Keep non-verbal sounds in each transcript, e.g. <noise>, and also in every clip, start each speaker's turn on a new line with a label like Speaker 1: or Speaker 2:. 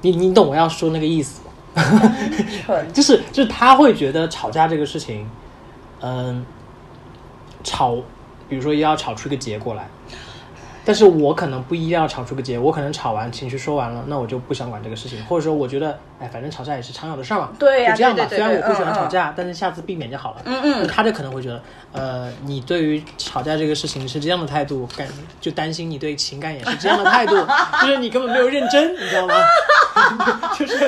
Speaker 1: 你你懂我要说那个意思吗？
Speaker 2: 蠢，
Speaker 1: 就是就是他会觉得吵架这个事情，嗯，吵，比如说要吵出一个结果来，但是我可能不一定要吵出个结果，我可能吵完情绪说完了，那我就不想管这个事情，或者说我觉得，哎，反正吵架也是常有的事儿嘛，
Speaker 2: 对呀
Speaker 1: 就这样吧。
Speaker 2: 对对对
Speaker 1: 虽然我不喜
Speaker 2: 嗯
Speaker 1: 欢
Speaker 2: 嗯
Speaker 1: 吵架，但是下次避免就好了。
Speaker 2: 嗯嗯
Speaker 1: 那他就可能会觉得，呃，你对于吵架这个事情是这样的态度，感就担心你对情感也是这样的态度，就是你根本没有认真，你知道吗？ <laughs> 就是， <laughs>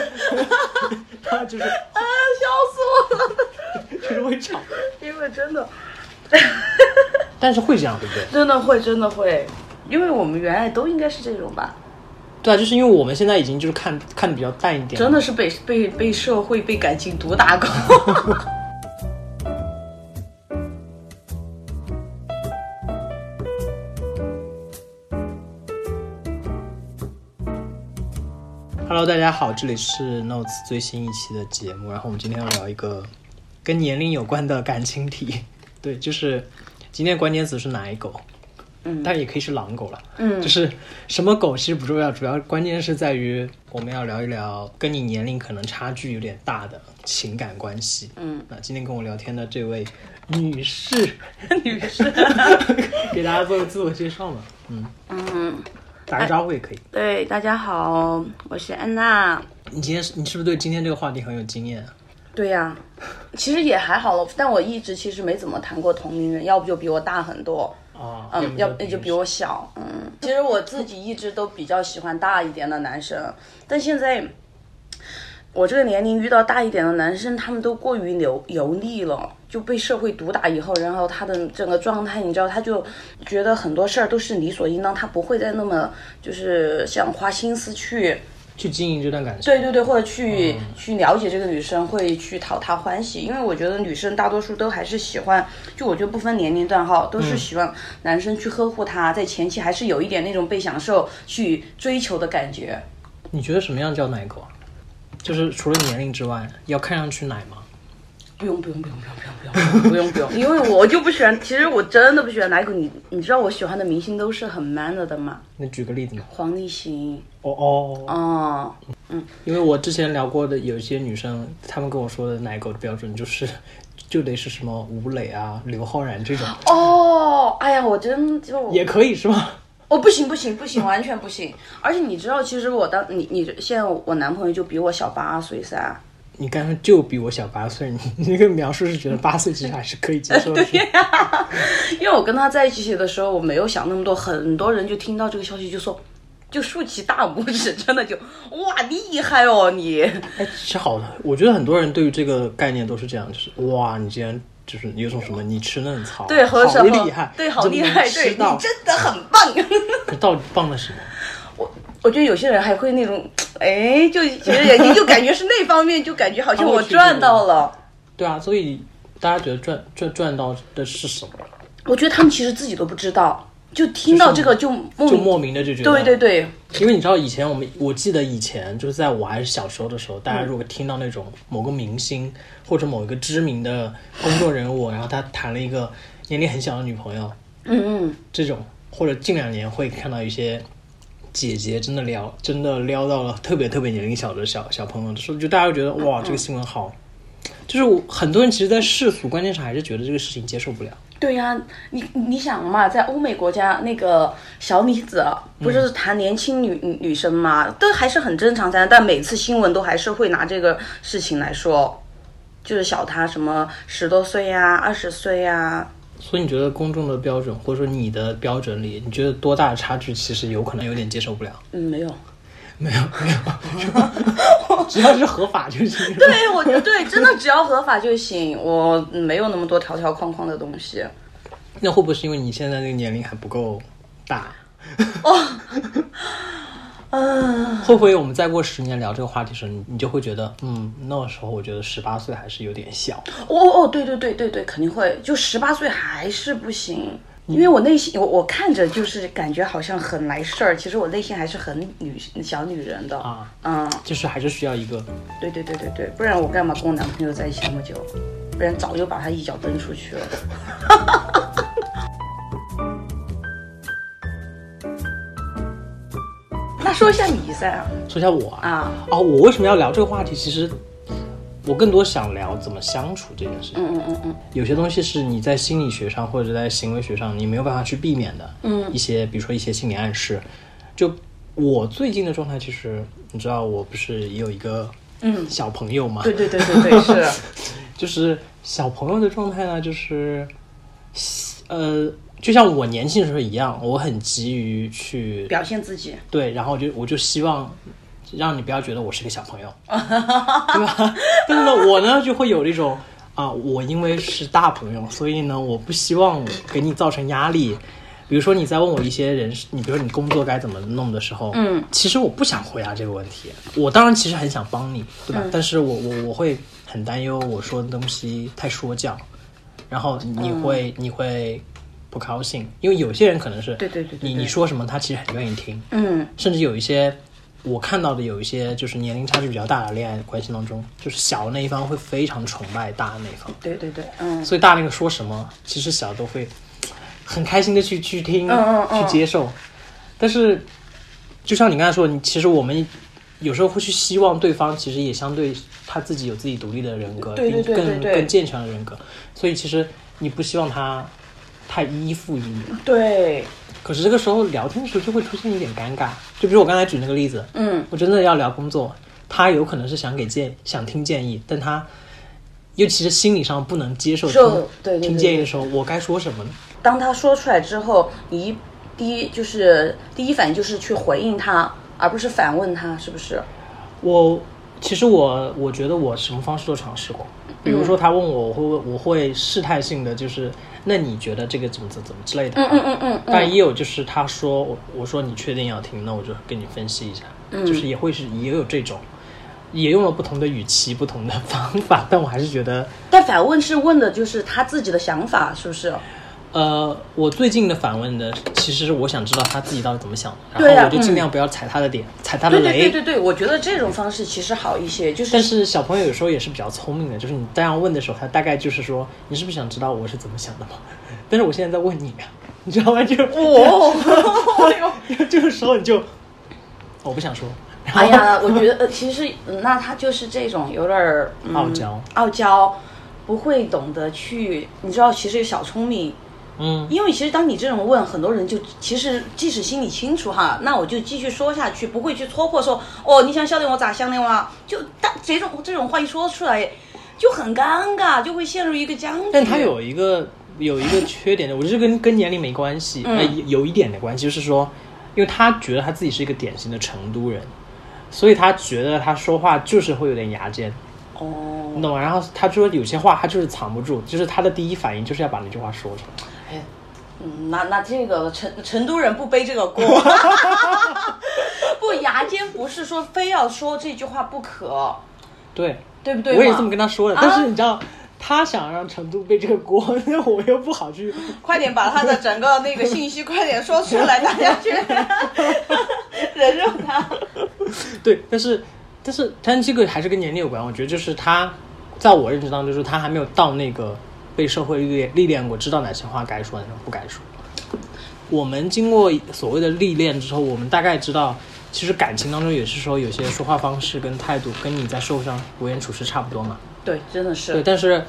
Speaker 1: 然后就是
Speaker 2: 笑死我了！
Speaker 1: 就是会吵，
Speaker 2: <laughs> 因为真的
Speaker 1: 但是会这样，对不对？
Speaker 2: 真的会真的会，因为我们原来都应该是这种吧，
Speaker 1: 对啊，就是因为我们现在已经就是看看的比较淡一点，
Speaker 2: 真的。是被被被社会被感情毒打过。 <laughs>
Speaker 1: Hello，大家好，这里是 Notes 最新一期的节目，然后我们今天要聊一个跟年龄有关的感情题， <laughs> 对，就是今天的关键词是奶狗，
Speaker 2: 嗯
Speaker 1: 但也可以是狼狗了，
Speaker 2: 嗯
Speaker 1: 就是什么狗其实不重要，主要关键是在于我们要聊一聊跟你年龄可能差距有点大的情感关系。
Speaker 2: 嗯，
Speaker 1: 那啊今天跟我聊天的这位女士，
Speaker 2: <laughs> 女士，
Speaker 1: <laughs> 给大家做个自我介绍嘛，嗯，
Speaker 2: 嗯，
Speaker 1: 打个招呼也可以。
Speaker 2: 对，大家好，我是安娜。
Speaker 1: 你今天是你是不是对今天这个话题很有经验啊？
Speaker 2: 对呀、其实也还好了，但我一直其实没怎么谈过同龄人，要不就比我大很多，
Speaker 1: 啊
Speaker 2: 嗯，要不就比我小，嗯。其实我自己一直都比较喜欢大一点的男生，但现在我这个年龄遇到大一点的男生，他们都过于油油腻了，就被社会毒打以后，然后他的整个状态，你知道，他就觉得很多事儿都是理所应当，他不会再那么就是想花心思去。
Speaker 1: 去经营这段感情。
Speaker 2: 对对对，或者去、去了解这个女生，会去讨她欢喜，因为我觉得女生大多数都还是喜欢，就我觉得不分年龄段哈，都是喜欢男生去呵护她，在前期还是有一点那种被享受、去追求的感觉。
Speaker 1: 你觉得什么样叫奶狗啊？就是除了年龄之外，要看上去奶吗？
Speaker 2: 不用不用不用不用不用不用不用不用， <laughs> 因为我就不喜欢，其实我真的不喜欢奶狗。你你知道我喜欢的明星都是很 man 的的嘛，
Speaker 1: 那举个例子嘛。
Speaker 2: 黄立行，
Speaker 1: 哦哦，
Speaker 2: 哦，
Speaker 1: 因为我之前聊过的有一些女生，她们跟我说的奶狗的标准就是，就得是什么吴磊啊、刘昊然这种，
Speaker 2: 哦，哎呀，我真就
Speaker 1: 也可以是吧？
Speaker 2: 哦，不行不行
Speaker 1: <laughs>
Speaker 2: 不行，完全不行！而且你知道，其实我当你你现在我男朋友就比我小八岁噻， <laughs>
Speaker 1: 你刚才就比我小八岁，你 <laughs> 你那个描述是觉得八岁其实还是可以接受
Speaker 2: <laughs>
Speaker 1: 的。是吧
Speaker 2: 因为我跟他在一起的时候，我没有想那么多，很多人就听到这个消息就说，就竖起大拇指，真的就哇厉害哦
Speaker 1: <laughs>
Speaker 2: 你！
Speaker 1: 哎，其实好，我觉得很多人对于这个概念都是这样，就是哇，你竟然就是有种什么，你吃嫩草，
Speaker 2: 对，和
Speaker 1: 好
Speaker 2: 什么
Speaker 1: 厉害，
Speaker 2: 对，好
Speaker 1: 你怎
Speaker 2: 厉
Speaker 1: 么
Speaker 2: 害，
Speaker 1: 能
Speaker 2: 对
Speaker 1: 吃
Speaker 2: 你
Speaker 1: 到，
Speaker 2: 真的很棒。 <laughs>
Speaker 1: 可到底放了什么？
Speaker 2: 我我觉得有些人还会那种，哎，就觉得眼睛就感觉是那方面，就感觉好像我
Speaker 1: 啊
Speaker 2: 赚到了。
Speaker 1: 对啊，所以大家觉得赚赚赚到的是什么？
Speaker 2: 我觉得他们其实自己都不知道，就听到这个就莫
Speaker 1: 就
Speaker 2: 名。
Speaker 1: 莫名的就觉得，
Speaker 2: 对对对，
Speaker 1: 因为你知道以前我们，我记得以前就是在我还是小时候的时候，大家如果听到那种某个明星或者某一个知名的公众人物，然后他谈了一个年龄很小的女朋友，
Speaker 2: 嗯嗯。
Speaker 1: 这种或者近两年会看到一些姐姐真的撩，真的撩到了特别特别年龄小的小小朋友，所以就大家会觉得哇，这个新闻好。就是我很多人其实，在世俗观念上还是觉得这个事情接受不了。
Speaker 2: 对呀、你你想嘛，在欧美国家，那个小李子不是谈年轻女、女女生嘛，都还是很正常噻。但每次新闻都还是会拿这个事情来说，就是小他什么十多岁呀、二十岁呀、
Speaker 1: 所以你觉得公众的标准，或者说你的标准里，你觉得多大的差距其实有可能有点接受不了？
Speaker 2: 嗯，没有。
Speaker 1: 没有，没有，只要是合法就行。
Speaker 2: 对，我对，真的只要合法就行，我没有那么多条条框框的东西。
Speaker 1: 那会不会是因为你现在这个年龄还不够大？ <laughs>
Speaker 2: 嗯、
Speaker 1: 会不会我们再过十年聊这个话题的时候，你你就会觉得，嗯，那个时候我觉得十八岁还是有点小。
Speaker 2: 哦哦哦，对对对对对，肯定会。就十八岁还是不行，因为我内心我我看着就是感觉好像很来事儿，其实我内心还是很女小女人的
Speaker 1: 啊。
Speaker 2: 嗯，
Speaker 1: 就是还是需要一个，
Speaker 2: 对对对对对，不然我干嘛跟我男朋友在一起那么久？不然早就把他一脚蹬出去了。 <laughs> 那说一下你噻啊，
Speaker 1: 说一下我啊，
Speaker 2: 啊，
Speaker 1: 哦，我为什么要聊这个话题？其实我更多想聊怎么相处这件事情。
Speaker 2: 嗯嗯嗯嗯，
Speaker 1: 有些东西是你在心理学上或者在行为学上你没有办法去避免的，嗯，一些比如说一些心理暗示。就我最近的状态，其实你知道，我不是也有一个嗯小朋友嘛，
Speaker 2: 对对对对
Speaker 1: <laughs>
Speaker 2: 对，是，
Speaker 1: 就是小朋友的状态呢，就是呃，就像我年轻的时候一样，我很急于去
Speaker 2: 表现自己，
Speaker 1: 对，然后我就我就希望让你不要觉得我是个小朋
Speaker 2: <laughs>
Speaker 1: 友，对吧？ <laughs> 但是呢，我呢就会有一种啊，我因为是大朋友，所以呢，我不希望给你造成压力。比如说你在问我一些人事，你比如说你工作该怎么弄的时候，嗯，其实我不想回答这个问题。我当然其实很想帮你，对
Speaker 2: 嗯
Speaker 1: 吧？但是我我我会很担忧，我说的东西太说教，然后你
Speaker 2: 嗯
Speaker 1: 会、你会不高兴，因为有些人可能是
Speaker 2: 对对对对
Speaker 1: 你
Speaker 2: 对
Speaker 1: 你说什么他其实很愿意听，
Speaker 2: 嗯
Speaker 1: 甚至有一些我看到的有一些就是年龄差距比较大的恋爱关系当中，就是小的那一方会非常崇拜大的那一方，
Speaker 2: 对对对，嗯
Speaker 1: 所以大那个说什么，其实小都会很开心的去去听、
Speaker 2: 嗯嗯嗯
Speaker 1: 去接受。但是就像你刚才说，你其实我们有时候会去希望对方其实也相对他自己有自己独立的人格，
Speaker 2: 对对
Speaker 1: 并
Speaker 2: 对对对
Speaker 1: 更更健全的人格，所以其实你不希望他太依附于你。
Speaker 2: 对，
Speaker 1: 可是这个时候聊天的时候就会出现一点尴尬，就比如我刚才举那个例子，
Speaker 2: 嗯
Speaker 1: 我真的要聊工作，他有可能是想给建想听建议，但他又其实心理上不能接受听
Speaker 2: 受对对对
Speaker 1: 听建议的时候，我该说什么呢？
Speaker 2: 当他说出来之后，你一第一就是第一反应就是去回应他，而不是反问他，是不是？
Speaker 1: 我其实我我觉得我什么方式都尝试过，比
Speaker 2: 嗯
Speaker 1: 如说他问我，我会我会试探性的就是，那你觉得这个怎么怎么怎么之类的，
Speaker 2: 嗯嗯嗯嗯
Speaker 1: 但也有就是他说我我说你确定要听，那我就跟你分析一下，
Speaker 2: 嗯
Speaker 1: 就是也会是也有这种，也用了不同的语气、不同的方法， <laughs> 但我还是觉得，
Speaker 2: 但反问是问的就是他自己的想法，是不是？
Speaker 1: 呃，我最近的反问的其实是我想知道他自己到底怎么想的，
Speaker 2: 对
Speaker 1: 然
Speaker 2: 啊嗯
Speaker 1: 后我就尽量不要踩他的点，踩他的
Speaker 2: 对
Speaker 1: 雷。
Speaker 2: 对对对对，我觉得这种方式其实好一些，就是
Speaker 1: 但是小朋友有时候也是比较聪明的，就是你这样问的时候，他大概就是说你是不是想知道我是怎么想的嘛？ <laughs> 但是我现在在问你啊，你知道吗？就
Speaker 2: 哦，
Speaker 1: <laughs> 就 <laughs> 这个时候你就我不想说，
Speaker 2: 哎呀，我觉得呃，其实嗯那他就是这种有点儿、嗯
Speaker 1: 傲娇，
Speaker 2: 傲娇，不会懂得去，你知道，其实有小聪明。
Speaker 1: 嗯，
Speaker 2: 因为其实当你这种问，很多人就其实即使心里清楚哈，那我就继续说下去，不会去戳破说哦，你想笑点我咋想的哇？就但这种这种话一说出来，就很尴尬，就会陷入一个僵局。
Speaker 1: 但他有一个有一个缺点的，我觉得这跟跟年龄没关系，
Speaker 2: 嗯
Speaker 1: 呃，有有一点的关系，就是说，因为他觉得他自己是一个典型的成都人，所以他觉得他说话就是会有点牙尖，
Speaker 2: 哦，
Speaker 1: 你懂吗？然后他说有些话他就是藏不住，就是他的第一反应就是要把那句话说出来。
Speaker 2: 嗯那那这个成成都人不背这个锅， <laughs> 不牙尖不是说非要说这句话不可，
Speaker 1: 对，
Speaker 2: 对不对嘛？
Speaker 1: 我也这么跟他说的，
Speaker 2: 啊
Speaker 1: 但是你知道，他想让成都背这个锅， <laughs> 那我又不好去。
Speaker 2: 快点把他的整个那个信息快点说出来，大家
Speaker 1: <laughs>
Speaker 2: 去忍受他。
Speaker 1: <laughs> 对，但是，但是，但这个还是跟年龄有关。我觉得就是他，在我认知当中，就是他还没有到那个被社会历练历练过，知道哪些话该说，哪些话不该说。我们经过所谓的历练之后，我们大概知道，其实感情当中也是说，有些说话方式跟态度跟你在社会上为人处事差不多嘛。
Speaker 2: 对，真的
Speaker 1: 对，
Speaker 2: 是，
Speaker 1: 但是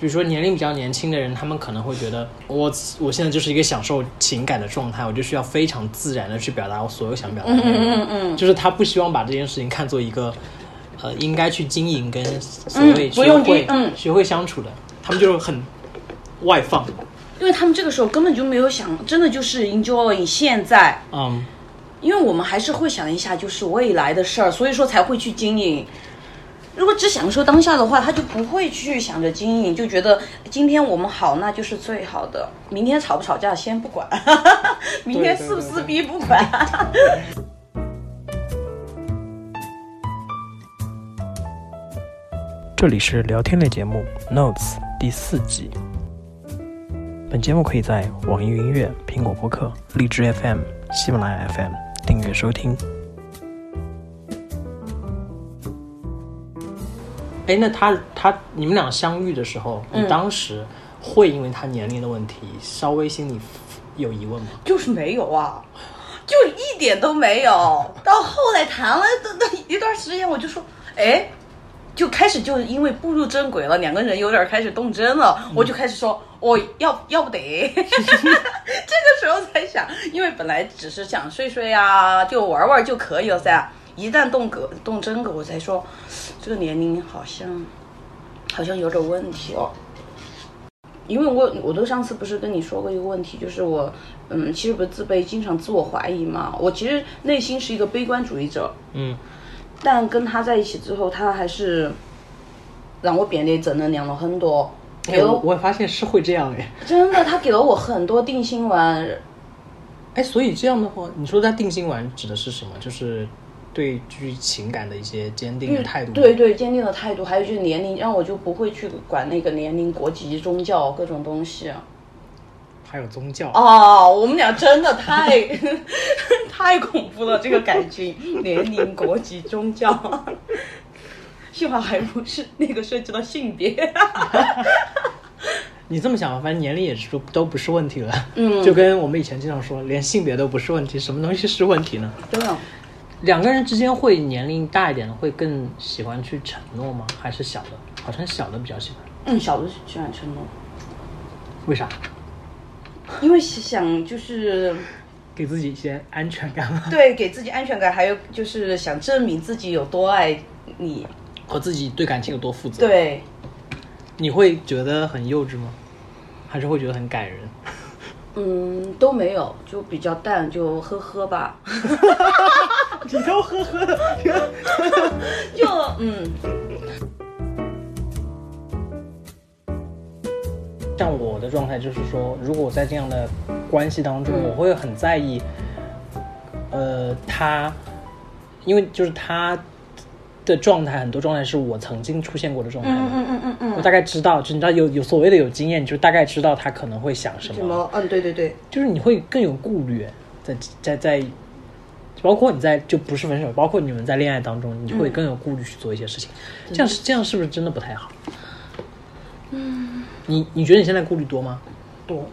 Speaker 1: 比如说年龄比较年轻的人，他们可能会觉得我我现在就是一个享受情感的状态，我就需要非常自然的去表达我所有想表达的内容，嗯嗯就是他不希望把这件事情看作一个呃应该去经营跟所谓
Speaker 2: 嗯
Speaker 1: 学
Speaker 2: 不用
Speaker 1: 会、
Speaker 2: 经嗯
Speaker 1: 学会相处的，他们就很外放，
Speaker 2: 因为他们这个时候根本就没有想，真的就是 enjoy 现在，
Speaker 1: 嗯，
Speaker 2: 因为我们还是会想一下就是未来的事儿，所以说才会去经营。如果只享受当下的话，他就不会去想着经营，就觉得今天我们好，那就是最好的。明天吵不吵架先不管， <laughs> 明天撕不撕逼不管。
Speaker 1: 这里是聊天类节目《Notes》第四季。本节目可以在网易云音乐、苹果播客、荔枝 FM、喜马拉雅 FM 订阅收听。哎，那他他你们俩相遇的时候，你当时会因为他年龄的问题稍微心里有疑问吗？
Speaker 2: 就是没有啊，就一点都没有。到后来谈了都都一段时间，我就说，哎，就开始就因为步入正轨了，两个人有点开始动真了，我就开始说，我要要不得，这个时候才想，因为本来只是想睡睡啊，就玩玩就可以了噻。一旦动格动真格，我才说，这个年龄好像好像有点问题哦。因为我我都上次不是跟你说过一个问题，就是我，嗯，其实不是自卑，经常自我怀疑嘛。我其实内心是一个悲观主义者，
Speaker 1: 嗯，
Speaker 2: 但跟他在一起之后，他还是让我变得正能量了很多，给
Speaker 1: 哎
Speaker 2: 了
Speaker 1: 我
Speaker 2: 我
Speaker 1: 我发现是会这样哎，
Speaker 2: 真的，他给了我很多定心丸。
Speaker 1: 哎，所以这样的话，你说他定心丸指的是什么？就是对于情感的一些坚定的态度。
Speaker 2: 嗯对，对，坚定的态度，还有就是年龄，让我就不会去管那个年龄、国籍、宗教各种东西。
Speaker 1: 还有宗教。
Speaker 2: 哦，我们俩真的太 <laughs> 太恐怖了，这个感情、年龄、国籍、宗教，幸好还不是那个涉及到性别。
Speaker 1: 你这么想吧，反正年龄也是都都不是问题了。嗯，就跟我们以前经常说，连性别都不是问题，什么东西是问题呢？
Speaker 2: 真的，
Speaker 1: 两个人之间会年龄大一点的会更喜欢去承诺吗？还是小的？好像小的比较喜欢。
Speaker 2: 嗯，小的喜欢承诺，
Speaker 1: 为啥？
Speaker 2: 因为想就是
Speaker 1: 给自己一些安全感吗？ <laughs>
Speaker 2: 对给自己安全感，还有就是想证明自己有多爱你。
Speaker 1: 和自己对感情有多负责？，
Speaker 2: 对，
Speaker 1: 你会觉得很幼稚吗？还是会觉得很感人？ <laughs>
Speaker 2: 嗯，都没有，就比较淡，就呵呵吧。
Speaker 1: 你都呵呵的，
Speaker 2: 就嗯，
Speaker 1: 像我的状态就是说，如果我在这样的关系当中，
Speaker 2: 嗯
Speaker 1: 我会很在意，呃，他，因为就是他的状态，很多状态是我曾经出现过的状态嘛，
Speaker 2: 嗯嗯嗯嗯
Speaker 1: 我大概知道，就你知道有有所谓的有经验，你就大概知道他可能会想什
Speaker 2: 嗯，什么？嗯，对对对，
Speaker 1: 就是你会更有顾虑，在在在，包括你在就不是分手，包括你们在恋爱当中，你
Speaker 2: 嗯
Speaker 1: 会更有顾虑去做一些事情，这样是这样是不是真的不太好？嗯，
Speaker 2: 嗯
Speaker 1: 你你觉得你现在顾虑多吗？
Speaker 2: 多。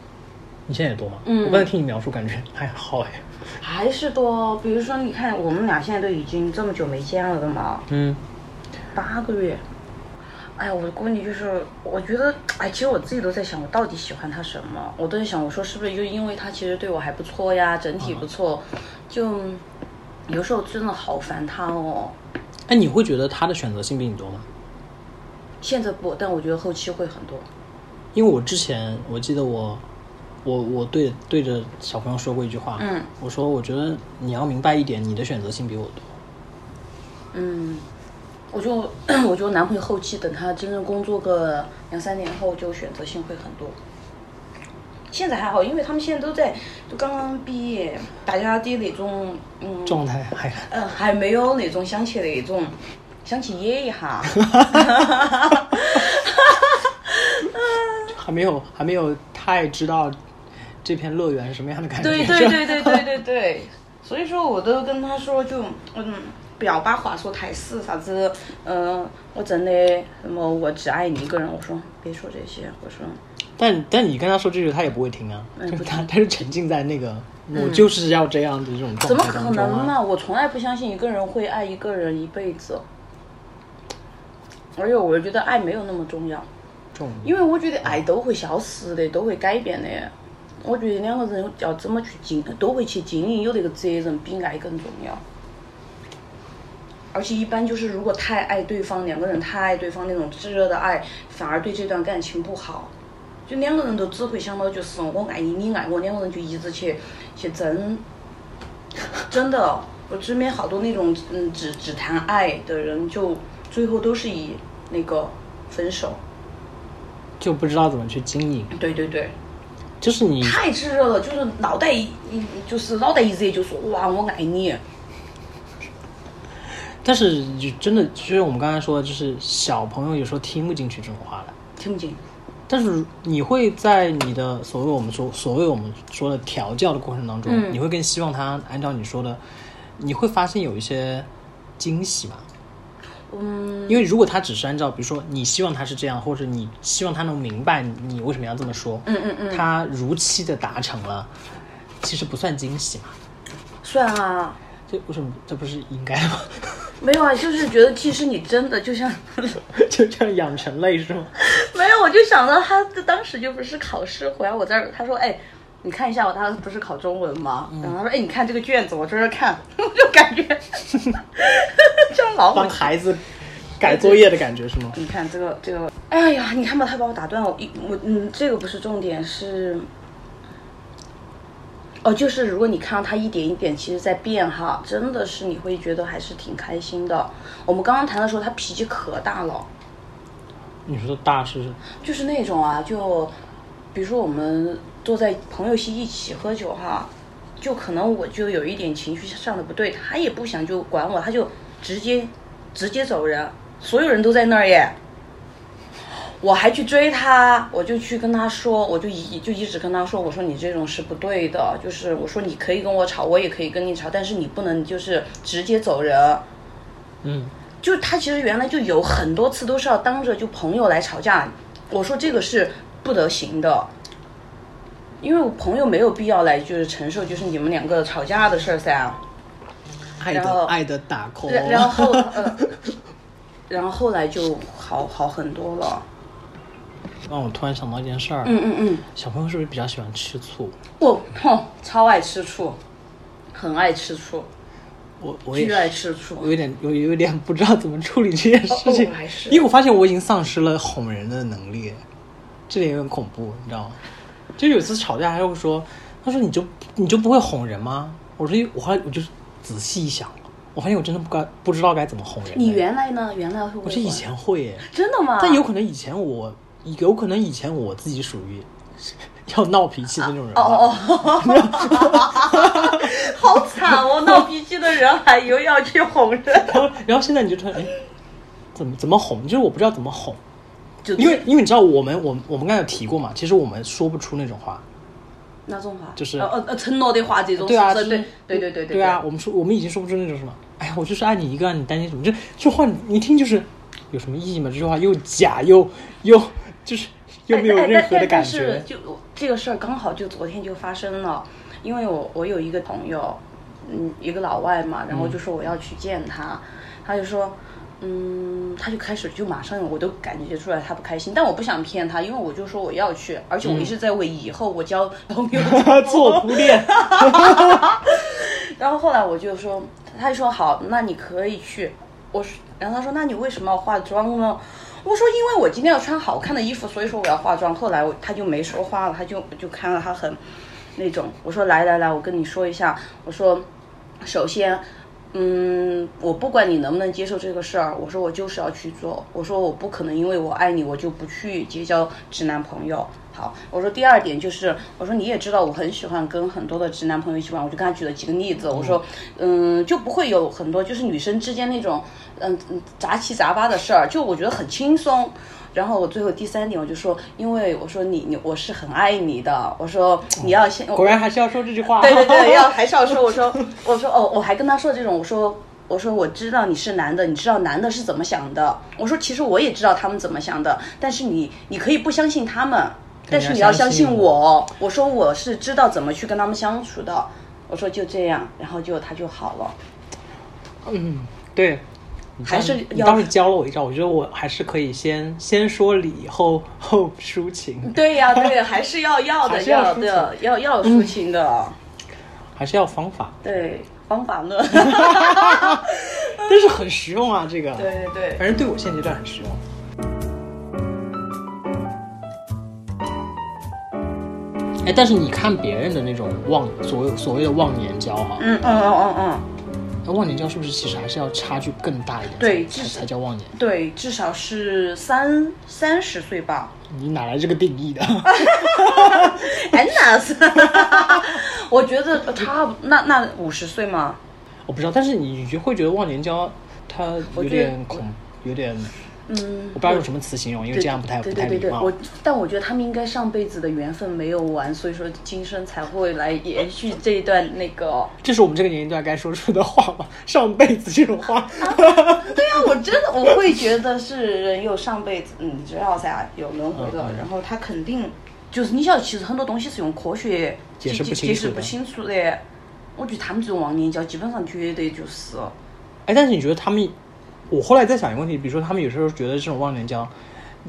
Speaker 1: 你现在也多吗？
Speaker 2: 嗯
Speaker 1: 我刚才听你描述，感觉还好哎。
Speaker 2: 还是多，比如说，你看我们俩现在都已经这么久没见了的嘛，
Speaker 1: 嗯，
Speaker 2: 八个月。哎呀，我的观点就是，我觉得，哎，其实我自己都在想，我到底喜欢他什么？我都在想，我说是不是就因为他其实对我还不错呀，整体不错，就有时候真的好烦他哦。
Speaker 1: 哎，你会觉得他的选择性比你多吗？
Speaker 2: 现在不，但我觉得后期会很多。
Speaker 1: 因为我之前我记得我，我我对对着小朋友说过一句话，
Speaker 2: 嗯，
Speaker 1: 我说我觉得你要明白一点，你的选择性比我多。
Speaker 2: 嗯，我就 <clears throat> 我就男朋友后期等他真正工作个两三年后，就选择性会很多。现在还好，因为他们现在都在都刚刚毕业，大家的那种嗯
Speaker 1: 状态还
Speaker 2: 嗯还没有那种想起那种想去野一下，
Speaker 1: 还没有还没有太知道这片乐园是什么样的感觉。
Speaker 2: 对对对对对对对，所以说我都跟他说就嗯。不要把话说太死，啥子，嗯、我真的什么，我只爱你一个人。我说别说这些，我说
Speaker 1: 但但你跟他说这句，他也不会听啊，
Speaker 2: 嗯
Speaker 1: 就是
Speaker 2: 不嗯
Speaker 1: 他他就沉浸在那个、我就是要这样的这种
Speaker 2: 怎
Speaker 1: 状
Speaker 2: 么
Speaker 1: 态
Speaker 2: 可
Speaker 1: 当中
Speaker 2: 能
Speaker 1: 啊。
Speaker 2: 嘛！我从来不相信一个人会爱一个人一辈子，而且我觉得爱没有那么重要，
Speaker 1: 这种
Speaker 2: 因为我觉得爱都会消失的，都会改变的。我觉得两个人要怎么去经，都会去经营，有这个责任比爱更重要。而且一般就是，如果太爱对方，两个人太爱对方那种炙热的爱，反而对这段感情不好。就两个人都只会想到就是我爱你，你爱我，两个人就一直去去争。真的，我身边好多那种嗯只只谈爱的人，就最后都是以那个分手。
Speaker 1: 就不知道怎么去经营，
Speaker 2: 对对对，
Speaker 1: 就是你
Speaker 2: 太炙热了，就是脑袋一一就是脑袋一热就说哇我爱你。
Speaker 1: 但是就真的，就是我们刚才说，的，就是小朋友有时候听不进去这种话来。
Speaker 2: 听不进，
Speaker 1: 但是你会在你的所谓我们说所谓我们说的调教的过程当中，
Speaker 2: 嗯
Speaker 1: 你会更希望他按照你说的，你会发现有一些惊喜吧？
Speaker 2: 嗯，
Speaker 1: 因为如果他只是按照，比如说你希望他是这样，或者你希望他能明白你为什么要这么说，
Speaker 2: 嗯嗯嗯
Speaker 1: 他如期的达成了，其实不算惊喜嘛。
Speaker 2: 算啊，
Speaker 1: 这不是这不是应该吗？ <laughs>
Speaker 2: 没有啊，就是觉得其实你真的就像，
Speaker 1: 就这样养成类是吗？
Speaker 2: <laughs> 没有，我就想到他当时就不是考试回来我这儿，他说哎。你看一下我，他不是考中文吗？然后他说：“哎，你看这个卷子，我在这看， <laughs> 我就感觉像老
Speaker 1: 帮
Speaker 2: 虎
Speaker 1: 孩子改作业的感觉是吗？
Speaker 2: 你看这个这个，哎呀，你看吧，他把我打断了。我一我嗯，这个不是重点，是哦，就是如果你看到他一点一点，其实在变哈，真的是你会觉得还是挺开心的。我们刚刚谈的时候，他脾气可大了，
Speaker 1: 你说的大是
Speaker 2: 就是那种啊，就比如说我们坐在朋友席一起喝酒哈，就可能我就有一点情绪上的不对，他也不想就管我，他就直接直接走人，所有人都在那儿耶。我还去追他，我就去跟他说，我就一就一直跟他说，我说你这种是不对的，就是我说你可以跟我吵，我也可以跟你吵，但是你不能就是直接走人。
Speaker 1: 嗯，
Speaker 2: 就他其实原来就有很多次都是要当着就朋友来吵架，我说这个是不得行的，因为我朋友没有必要来就是承受就是你们两个吵架的事儿噻、
Speaker 1: 哦爱
Speaker 2: 然后
Speaker 1: 的爱的打 call，
Speaker 2: 然然后呃， <laughs> 然后后来就好好很多
Speaker 1: 啊
Speaker 2: 了。
Speaker 1: 让我突然想到一件事儿，
Speaker 2: 嗯嗯嗯，
Speaker 1: 小朋友是不是比较喜欢吃醋？
Speaker 2: 我哼超爱吃醋，很爱吃醋，
Speaker 1: 我我也
Speaker 2: 巨
Speaker 1: 是
Speaker 2: 爱吃醋
Speaker 1: 我。有点有有点不知道怎么处理这件事情，
Speaker 2: 哦我还是
Speaker 1: 因为我发现我已经丧失了哄人的能力，这点有点恐怖，你知道吗？就有一次吵架，他就会说，他说你就你就不会哄人吗？我说我后来我就仔细一想，我发现我真的不该不知道该怎么哄人。哎
Speaker 2: 你原来呢？原来会不会
Speaker 1: 我是以
Speaker 2: 管
Speaker 1: 前会耶，
Speaker 2: 真的吗？
Speaker 1: 但有可能以前我有可能以前我自己属于 <laughs> 要闹脾气的那种人吧。
Speaker 2: 哦哦，好惨哦！闹脾气的人还又要去哄人，
Speaker 1: 然后啊 <laughs> 然后现在你就突然哎，怎么怎么哄？就是我不知道怎么哄。
Speaker 2: 就
Speaker 1: 因为因为你知道我们我们我们刚才有提过嘛，其实我们说不出那种话，
Speaker 2: 那种话
Speaker 1: 就是
Speaker 2: 呃呃承诺的话，这种
Speaker 1: 对啊，
Speaker 2: 是
Speaker 1: 就是
Speaker 2: 对对对对
Speaker 1: 对啊，，我们说我们已经说不出那种什么，哎呀，我就是爱你一个，你担心什么？这这话你一听就是有什么意义吗？这句话又假又又就是又没有
Speaker 2: 哎
Speaker 1: 任
Speaker 2: 哎
Speaker 1: 何的
Speaker 2: 但
Speaker 1: 感
Speaker 2: 但
Speaker 1: 觉
Speaker 2: 是，就这个事儿刚好就昨天就发生了，因为我我有一个朋友，嗯，一个老外嘛，然后就说我要去见他，他就说。嗯，他就开始就马上，我都感觉出来他不开心，但我不想骗他，因为我就说我要去，而且我一直在为以后我交朋友
Speaker 1: 做铺垫，
Speaker 2: <laughs> 然后后来我就说，他就说好，那你可以去。我说，然后他说，那你为什么要化妆呢？我说，因为我今天要穿好看的衣服，所以说我要化妆。后来我他就没说话了，他就我就看到他很那种，我说来来来，我跟你说一下，我说首先。嗯，我不管你能不能接受这个事儿，我说我就是要去做。我说我不可能因为我爱你，我就不去结交直男朋友。好，我说第二点就是，我说你也知道我很喜欢跟很多的直男朋友一起玩，我就跟他举了几个例子，我说，嗯，就不会有很多就是女生之间那种，嗯嗯杂七杂八的事儿，就我觉得很轻松。然后我最后第三点我就说，因为我说你你我是很爱你的，我说你要先，
Speaker 1: 果然还是要说这句话。
Speaker 2: <laughs> 对对对，要还是要说，我说我说哦，我还跟他说这种，我说我说我知道你是男的，你知道男的是怎么想的，我说其实我也知道他们怎么想的，但是你你可以不相信他们，但是你要相信我，我说我是知道怎么去跟他们相处的，我说就这样，然后就他就好了，
Speaker 1: <laughs> 嗯，对。你
Speaker 2: 还
Speaker 1: 当
Speaker 2: 是
Speaker 1: 你
Speaker 2: 要
Speaker 1: 当时教了我一招，我觉得我还是可以先先说理，后后抒情。
Speaker 2: 对呀、对，还是要要的
Speaker 1: 还是要
Speaker 2: 要
Speaker 1: 抒
Speaker 2: 的要要抒情的，
Speaker 1: 还是要方法，
Speaker 2: 对方法论，
Speaker 1: 嗯 <laughs> 但是很实用啊，这个。
Speaker 2: 对，对对。
Speaker 1: 反正对我现阶段很实用。哎，但是你看别人的那种忘所有所谓的忘年交哈、
Speaker 2: 嗯嗯嗯嗯嗯，
Speaker 1: 那忘年交是不是其实还是要差距更大一点，
Speaker 2: 对
Speaker 1: 才
Speaker 2: 至
Speaker 1: 才才叫忘年？
Speaker 2: 对，至少是三三十岁
Speaker 1: <laughs>
Speaker 2: 吧。
Speaker 1: 你哪来这个定义 <laughs> 的？哎
Speaker 2: 很难死。 <laughs> 我觉得差不那那五十岁嘛，
Speaker 1: 我不知道，但是你就会觉得忘年交它有点恐，有点
Speaker 2: 嗯，
Speaker 1: 我不知道用什么词形容，因为
Speaker 2: 对
Speaker 1: 这样不太不
Speaker 2: 对
Speaker 1: 太
Speaker 2: 对对
Speaker 1: 礼
Speaker 2: 对，
Speaker 1: 貌
Speaker 2: 我。但我觉得他们应该上辈子的缘分没有完，所以说今生才会来延续这一段那个。
Speaker 1: 这是我们这个年龄段该说出的话吗？ <laughs> 上辈子这种话。
Speaker 2: 对呀、我真的我会觉得是人有上辈子，嗯你知道噻，有轮回的，然后他肯定就是你晓得，其实很多东西是用科学
Speaker 1: 解释
Speaker 2: 解
Speaker 1: 不清
Speaker 2: 解释
Speaker 1: 楚
Speaker 2: 不
Speaker 1: 的
Speaker 2: 清楚的。我觉得他们这种忘年交基本上绝对就是，
Speaker 1: 哎，但是你觉得他们，我后来在想一个问题，比如说他们有时候觉得这种忘年交，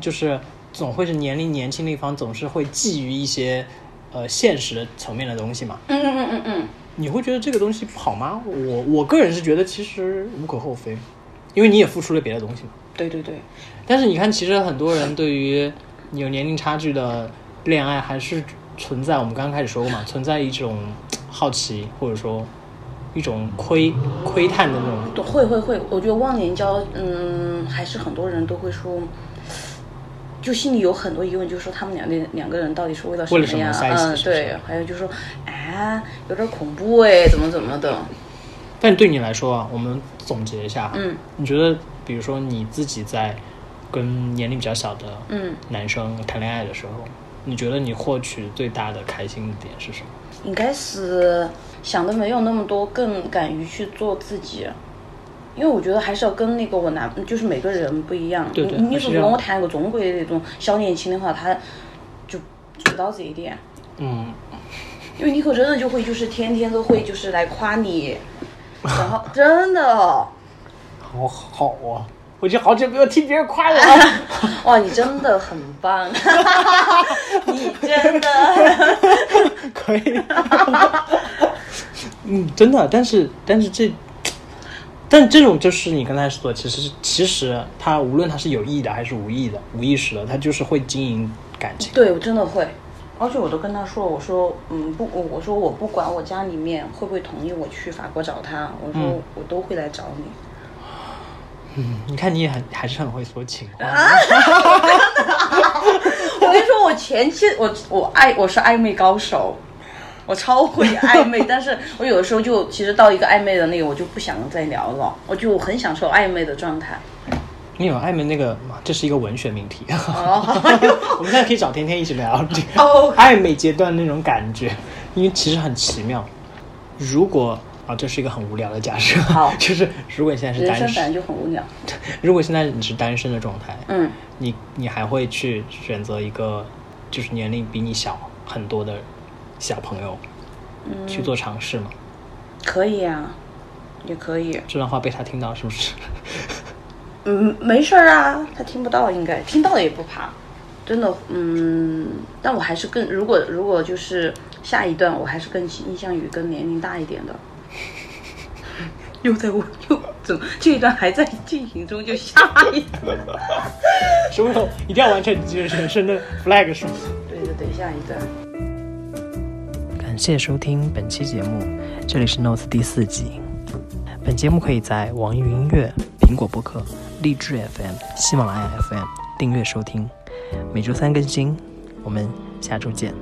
Speaker 1: 就是总会是年龄年轻的一方总是会觊觎一些呃现实层面的东西嘛？
Speaker 2: 嗯嗯嗯嗯嗯，
Speaker 1: 你会觉得这个东西不好吗？我我个人是觉得其实无可厚非，因为你也付出了别的东西嘛。
Speaker 2: 对对对，
Speaker 1: 但是你看，其实很多人对于有年龄差距的恋爱还是存在，我们刚刚开始说过嘛，存在一种好奇或者说一种窥窥探的那种
Speaker 2: 对会会会，我觉得忘年交，嗯，还是很多人都会说，就心里有很多疑问，就说他们两个两个人到底是为了
Speaker 1: 为了
Speaker 2: 么呀？
Speaker 1: 什么在一起
Speaker 2: 嗯，
Speaker 1: 是不是
Speaker 2: 对，还有就说，啊，有点恐怖哎，怎么怎么的，
Speaker 1: 但对你来说啊，我们总结一下，
Speaker 2: 嗯，
Speaker 1: 你觉得，比如说你自己在跟年龄比较小的
Speaker 2: 嗯，
Speaker 1: 男生谈恋爱的时候，你觉得你获取最大的开心点是什么？
Speaker 2: 应该是想的没有那么多，更敢于去做自己。因为我觉得还是要跟那个我男，就是每个人不一样。
Speaker 1: 对对
Speaker 2: 你你
Speaker 1: 还是
Speaker 2: 总不能
Speaker 1: 要
Speaker 2: 我谈一个中国的那种小年轻的话，他就做不到这一点。
Speaker 1: 嗯，
Speaker 2: 因为尼可真的就会就是天天都会就是来夸你，然后真的，哦
Speaker 1: 好好啊，我就好久没有听别人夸我
Speaker 2: <laughs>
Speaker 1: 了。啊
Speaker 2: 哇，你真的很棒， <laughs> 你真的，
Speaker 1: <laughs> 可以。嗯，真的，但是但是这，但这种就是你刚才说的，其实是其实它无论它是有意的还是无意的、无意识的，它就是会经营感情。
Speaker 2: 对我真的会。而且我都跟他说，我说，嗯，不，我我说我不管我家里面会不会同意我去法国找他，我说
Speaker 1: 嗯
Speaker 2: 我都会来找 <laughs> 你。
Speaker 1: 嗯，你看你也很还是很会说情话。
Speaker 2: 啊我跟你说，我前期我我爱我是暧昧高手，我超会暧昧，但是我有的时候就其实到一个暧昧的那个，我就不想再聊了，我就很享受暧昧的状态。
Speaker 1: 你有暧昧那个，这是一个文学命题。
Speaker 2: 哦，
Speaker 1: <laughs> 我们现在可以找天天一起聊这个
Speaker 2: 哦
Speaker 1: 暧昧阶段那种感觉，因为其实很奇妙。如果啊，这是一个很无聊的假设，
Speaker 2: 好
Speaker 1: 就是如果你现在是
Speaker 2: 人生
Speaker 1: 单
Speaker 2: 本来
Speaker 1: 身，
Speaker 2: 就很无聊。
Speaker 1: <laughs> 如果现在你是单身的状态，
Speaker 2: 嗯，
Speaker 1: 你你还会去选择一个就是年龄比你小很多的小朋友，去做尝试吗？
Speaker 2: 可以啊，也可以。
Speaker 1: 这段话被他听到是不是？ <laughs>
Speaker 2: 嗯，没事儿啊，他听不到，应该听到了也不怕。真的，嗯，但我还是更如果如果就是下一段，我还是更倾向于跟年龄大一点的。 <laughs> 又在我又怎么这一段还在进行中，就下一段。
Speaker 1: 是为了一定要完成你自己人生的 flag 是吗？
Speaker 2: 对对对，下一段。
Speaker 1: 感谢收听本期节目，这里是 Notes 第四集。本节目可以在网易云音乐、苹果播客、荔枝 FM、喜马拉雅 FM 订阅收听，每周三更新。我们下周见。